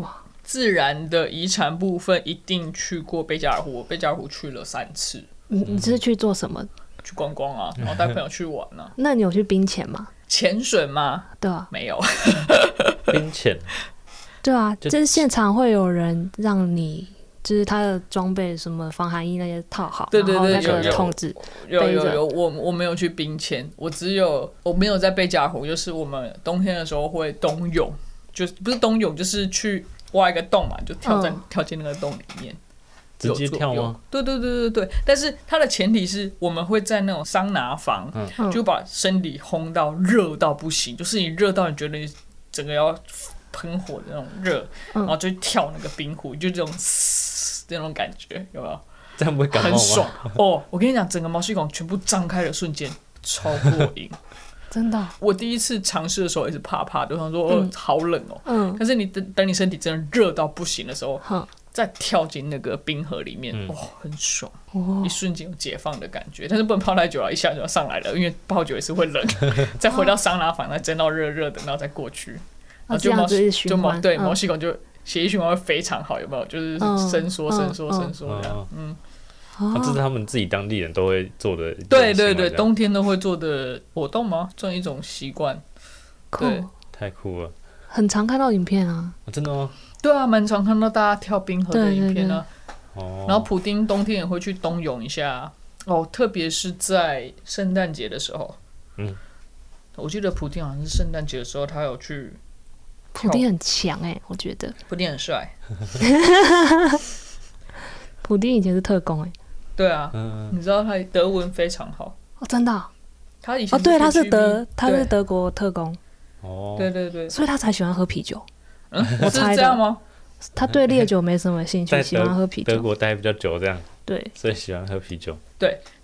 Speaker 1: 哇，
Speaker 2: 自然的遗产部分一定去过贝加尔湖，我贝加尔湖去了三次，
Speaker 1: 你你是去做什么？
Speaker 2: 去观光啊，然后带朋友去玩啊，
Speaker 1: 那你有去冰潜吗？
Speaker 2: 潜水吗？
Speaker 1: 对啊，
Speaker 2: 没 有，
Speaker 4: 嗯 冰潜
Speaker 1: 对啊，
Speaker 4: 就
Speaker 1: 就是现场会有人让你，就是他的装备什么防寒衣那些套好，
Speaker 2: 对对对
Speaker 1: 然后那
Speaker 2: 有
Speaker 1: 个
Speaker 2: 有
Speaker 1: 筒子，
Speaker 2: 有
Speaker 1: 背
Speaker 2: 有
Speaker 1: 着
Speaker 2: 有，我我没有去冰潜，我只有我没有在贝加尔湖，就是我们冬天的时候会冬泳，就是不是冬泳，就是去挖一个洞嘛，就跳在、
Speaker 1: 嗯
Speaker 2: 跳进那个洞里面，
Speaker 4: 直接
Speaker 2: 有做
Speaker 4: 跳吗？？
Speaker 2: 有对对对对对，但是它的前提是我们会在那种桑拿房，
Speaker 1: 嗯
Speaker 2: 就把身体烘到热到不行，就是你热到你觉得你整个要喷火的那种热，
Speaker 1: 嗯
Speaker 2: 然后就跳那个冰湖，就这种嘶那种感觉，有没有？
Speaker 4: 这样不会感冒
Speaker 2: 很
Speaker 4: 吗？
Speaker 2: 爽哦！我跟你讲，整个毛细孔全部张开的瞬间超过 瘾。
Speaker 1: 真的哦，
Speaker 2: 我第一次尝试的时候也是怕怕的，我想说哦
Speaker 1: 嗯，
Speaker 2: 好冷哦。
Speaker 1: 嗯，
Speaker 2: 但是你等等你身体真的热到不行的时候，
Speaker 1: 好，嗯
Speaker 2: 再跳进那个冰河里面，
Speaker 4: 嗯
Speaker 2: 哇、很爽，
Speaker 1: 哦
Speaker 2: 一，瞬间有解放的感觉。但是不能泡太久啊了，一下就要上来了，因为泡久也是 会冷。再回到桑拿房，再蒸到热热的，然后再过去，然后
Speaker 1: 啊这
Speaker 2: 就毛
Speaker 1: 样子一
Speaker 2: 细
Speaker 1: 直
Speaker 2: 就
Speaker 1: 循
Speaker 2: 毛
Speaker 1: 环，
Speaker 2: 对
Speaker 1: 嗯
Speaker 2: 毛细孔就血液循环会非常好，有没有？就是
Speaker 1: 嗯
Speaker 2: 伸缩、
Speaker 1: 嗯
Speaker 2: 伸缩、
Speaker 1: 嗯
Speaker 2: 伸缩这样，嗯。
Speaker 4: 啊这是
Speaker 1: 哦，
Speaker 4: 他们自己当地人都会做的一种
Speaker 2: 对
Speaker 4: 行
Speaker 2: 对
Speaker 4: 为
Speaker 2: 对，
Speaker 4: 这样
Speaker 2: 冬天都会做的活动吗？算一种习惯。
Speaker 1: 酷，
Speaker 2: 对
Speaker 4: 太酷了，
Speaker 1: 很常看到影片啊，
Speaker 4: 哦真的吗？
Speaker 2: 对啊，蛮常看到大家跳冰河的
Speaker 1: 对
Speaker 2: 影片啊。
Speaker 4: 哦，
Speaker 2: 然后普丁冬天也会去冬泳一下哦，特别是在圣诞节的时候。
Speaker 4: 嗯，
Speaker 2: 我记得普丁好像是圣诞节的时候，他有去
Speaker 1: 普丁很强哎，我觉得
Speaker 2: 普丁很帅。
Speaker 1: 普丁以前是特工哎，
Speaker 2: 对啊，
Speaker 4: 嗯，
Speaker 2: 你知道他德文非常好，
Speaker 1: 哦，真的哦，
Speaker 2: 他以前
Speaker 1: 哦，对，他是
Speaker 2: KGB
Speaker 1: 德，他是
Speaker 2: 对
Speaker 1: 德国特工，
Speaker 4: 哦，
Speaker 2: 对对对，
Speaker 1: 所以他才喜欢喝啤酒，
Speaker 2: 嗯，是
Speaker 1: 猜的
Speaker 2: 这样吗？
Speaker 1: 他对烈酒没什么兴趣，
Speaker 4: 在
Speaker 1: 喜欢喝啤
Speaker 4: 德
Speaker 1: 酒，
Speaker 4: 国待比较久这样，
Speaker 1: 对，
Speaker 4: 所以喜欢喝啤酒。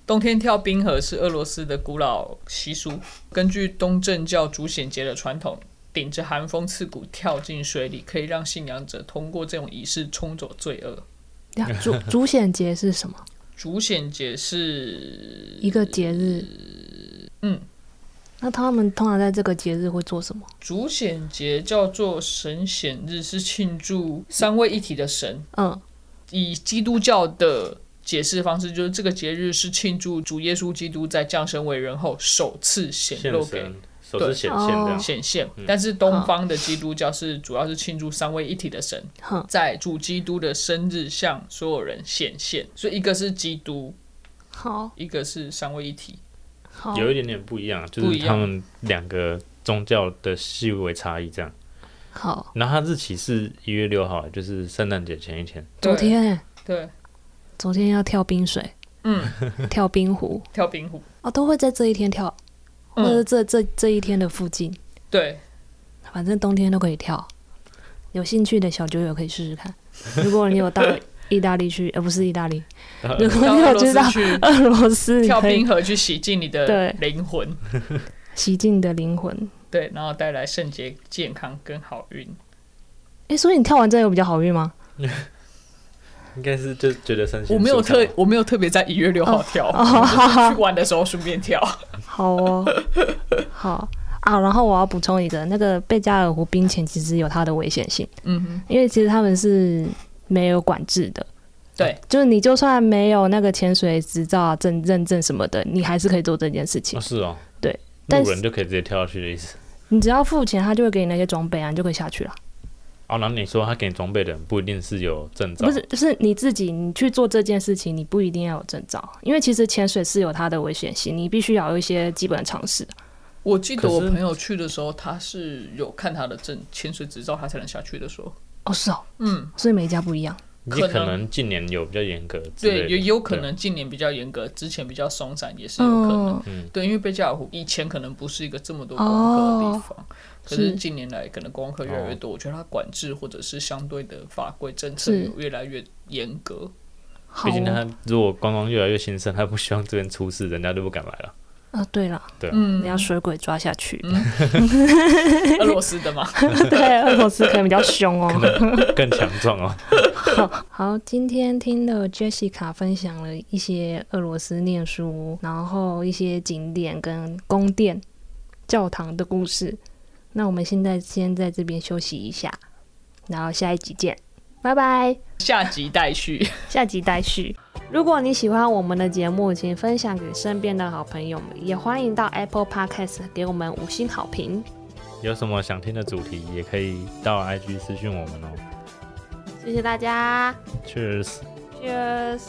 Speaker 2: 冬天跳冰河是俄罗斯的古老习俗，根据东正教主显节的传统，顶着寒风刺骨跳进水里，可以让信仰者通过这种仪式冲走罪恶。
Speaker 1: 呀主主显节是什 么？
Speaker 2: 主显节是
Speaker 1: 一个节日。
Speaker 2: 嗯，
Speaker 1: 那他们通常在这个节日会做什么？
Speaker 2: 主显节叫做神显日，是庆祝三位一体的神。
Speaker 1: 嗯，
Speaker 2: 以基督教的解释方式，就是这个节日是庆祝主耶稣基督在降生为人后首次显
Speaker 4: 现
Speaker 2: 露给
Speaker 4: 身，手是显现
Speaker 1: 哦
Speaker 4: 这样。
Speaker 2: 显现，但是东方的基督教是主要是庆祝三位一体的神
Speaker 1: 哼，
Speaker 2: 在主基督的生日向所有人显现，所以一个是基督，
Speaker 1: 好
Speaker 2: 一个是三位一体。
Speaker 1: 好，
Speaker 4: 有一点点不一样，就
Speaker 2: 哦不
Speaker 4: 是
Speaker 2: 一样
Speaker 4: 他们两个宗教的细微差异这样。
Speaker 1: 好，
Speaker 4: 然后它日期是一月六号，就是圣诞节前一天。
Speaker 1: 昨天欸
Speaker 2: 对，
Speaker 1: 昨天要跳冰水，
Speaker 2: 嗯，
Speaker 1: 跳冰壶
Speaker 2: 跳冰壶，
Speaker 1: 哦，都会在这一天跳，或者
Speaker 2: 嗯，
Speaker 1: 这这这一天的附近，
Speaker 2: 对，
Speaker 1: 反正冬天都可以跳。有兴趣的小酒友可以试试看。如果你有到意大利去，呃，不是意大利，如果
Speaker 2: 到
Speaker 1: 你
Speaker 2: 俄
Speaker 1: 有
Speaker 2: 罗
Speaker 1: 去
Speaker 2: 斯
Speaker 1: 到
Speaker 2: 去
Speaker 1: 俄罗斯，你
Speaker 2: 跳
Speaker 1: 可以
Speaker 2: 冰河去洗净你
Speaker 1: 嗯
Speaker 2: 的
Speaker 1: 对
Speaker 2: 灵魂，
Speaker 1: 洗净你的灵魂。
Speaker 2: 对，然后带来圣洁、健康跟好运。
Speaker 1: 诶，所以你跳完这有比较好运 吗？
Speaker 4: 应该是就觉得身心
Speaker 2: 我没有
Speaker 4: 舒畅
Speaker 2: 特，我没有特别在一月六号
Speaker 1: 哦
Speaker 2: 跳，我 就是去玩的时候顺便跳。
Speaker 1: 好哦， 好啊。然后我要补充一个，那个贝加尔湖冰潜其实有它的危险性，
Speaker 2: 嗯哼，
Speaker 1: 因为其实他们是没有管制的。
Speaker 2: 对，
Speaker 1: 就是你就算没有那个潜水执照啊、证认证什么的，你还是可以做这件事情
Speaker 4: 哦。是哦，
Speaker 1: 对，但
Speaker 4: 路
Speaker 1: 是
Speaker 4: 人就可以直接跳下去的意思。
Speaker 1: 你只要付钱，他就会给你那些装备啊，你就可以下去了。
Speaker 4: 哦，然后你说他给你装备的人不一定是有证照，
Speaker 1: 不是，啊就是你自己你去做这件事情，你不一定要有证照，因为其实潜水是有它的危险性，你必须要有一些基本的常识。
Speaker 2: 我记得我
Speaker 4: 可是
Speaker 2: 朋友去的时候，他是有看他的证潜水执照，他才能下去的。说，
Speaker 1: 哦，是哦，
Speaker 2: 嗯，
Speaker 1: 所以每一家不一样。
Speaker 4: 你
Speaker 2: 可
Speaker 4: 可
Speaker 2: 能
Speaker 4: 能近年有比较严格之类
Speaker 2: 对，
Speaker 4: 的，
Speaker 2: 也有可
Speaker 4: 对啊
Speaker 2: 能近年比较严格，之前比较松散，也是有可
Speaker 1: 哦
Speaker 2: 能。对，因为贝加尔湖以前可能不是一个这么多观光客的地方，可是
Speaker 1: 哦是
Speaker 2: 近年来可能观光客越来越多，我觉得它管制或者是相对的法规政策
Speaker 1: 是
Speaker 2: 有越来越严格。
Speaker 1: 好
Speaker 4: 毕竟
Speaker 1: 哦，
Speaker 4: 他如果观光越来越兴盛，他不希望这边出事，人家就不敢来了。
Speaker 1: 啊，对了，
Speaker 4: 对啊，
Speaker 1: 人
Speaker 2: 嗯，
Speaker 1: 家水鬼抓下去，
Speaker 2: 俄罗斯的嘛，
Speaker 1: 对，俄罗斯可能比较凶哦。
Speaker 4: 更强壮哦。
Speaker 1: 好，今天听了 Jessica 分享了一些俄罗斯念书，然后一些景点跟宫殿、教堂的故事。那我们现在先在这边休息一下，然后下一集见，拜拜。
Speaker 2: 下集待续。
Speaker 1: 下集待续。如果你喜欢我们的节目，请分享给身边的好朋友们，也欢迎到 Apple Podcast 给我们五星好评。
Speaker 4: 有什么想听的主题，也可以到 IG 私讯我们哦。
Speaker 1: 谢谢大家
Speaker 4: Cheers。
Speaker 1: ，Cheers。